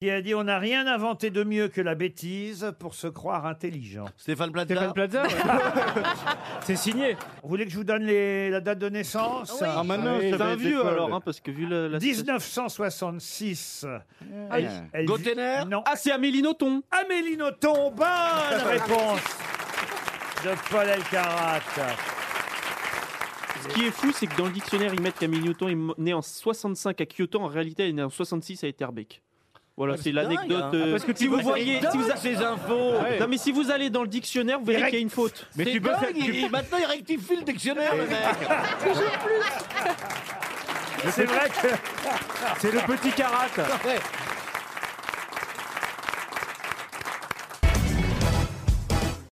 qui a dit On n'a rien inventé de mieux que la bêtise pour se croire intelligent. Stéphane Plaza Stéphane Plaza, C'est signé. Vous voulez que je vous donne les- la date de naissance Oui. Ah, maintenant, ça c'est va hein, être l'école. parce que vu le. 1966. Ah oui. Gauthener Non. Ah, c'est Amélie Nothomb. Amélie Nothomb, bonne réponse de Paul Elkarat. Ce qui est fou, c'est que dans le dictionnaire, ils mettent Camille Newton est née en 65 à Kyoto. En réalité, elle est née en 66 à Etterbeek. Voilà, Ah, c'est c'est l'anecdote. euh, dingue, hein. Ah, parce que tu si vous vois, voyez, c'est si vous dingue, ces infos. Ouais. Non, mais si vous allez dans le dictionnaire, vous Direct. verrez qu'il y a une faute. Mais tu peux faire- tu- maintenant il rectifie le dictionnaire, le mec. C'est vrai que c'est le petit karat.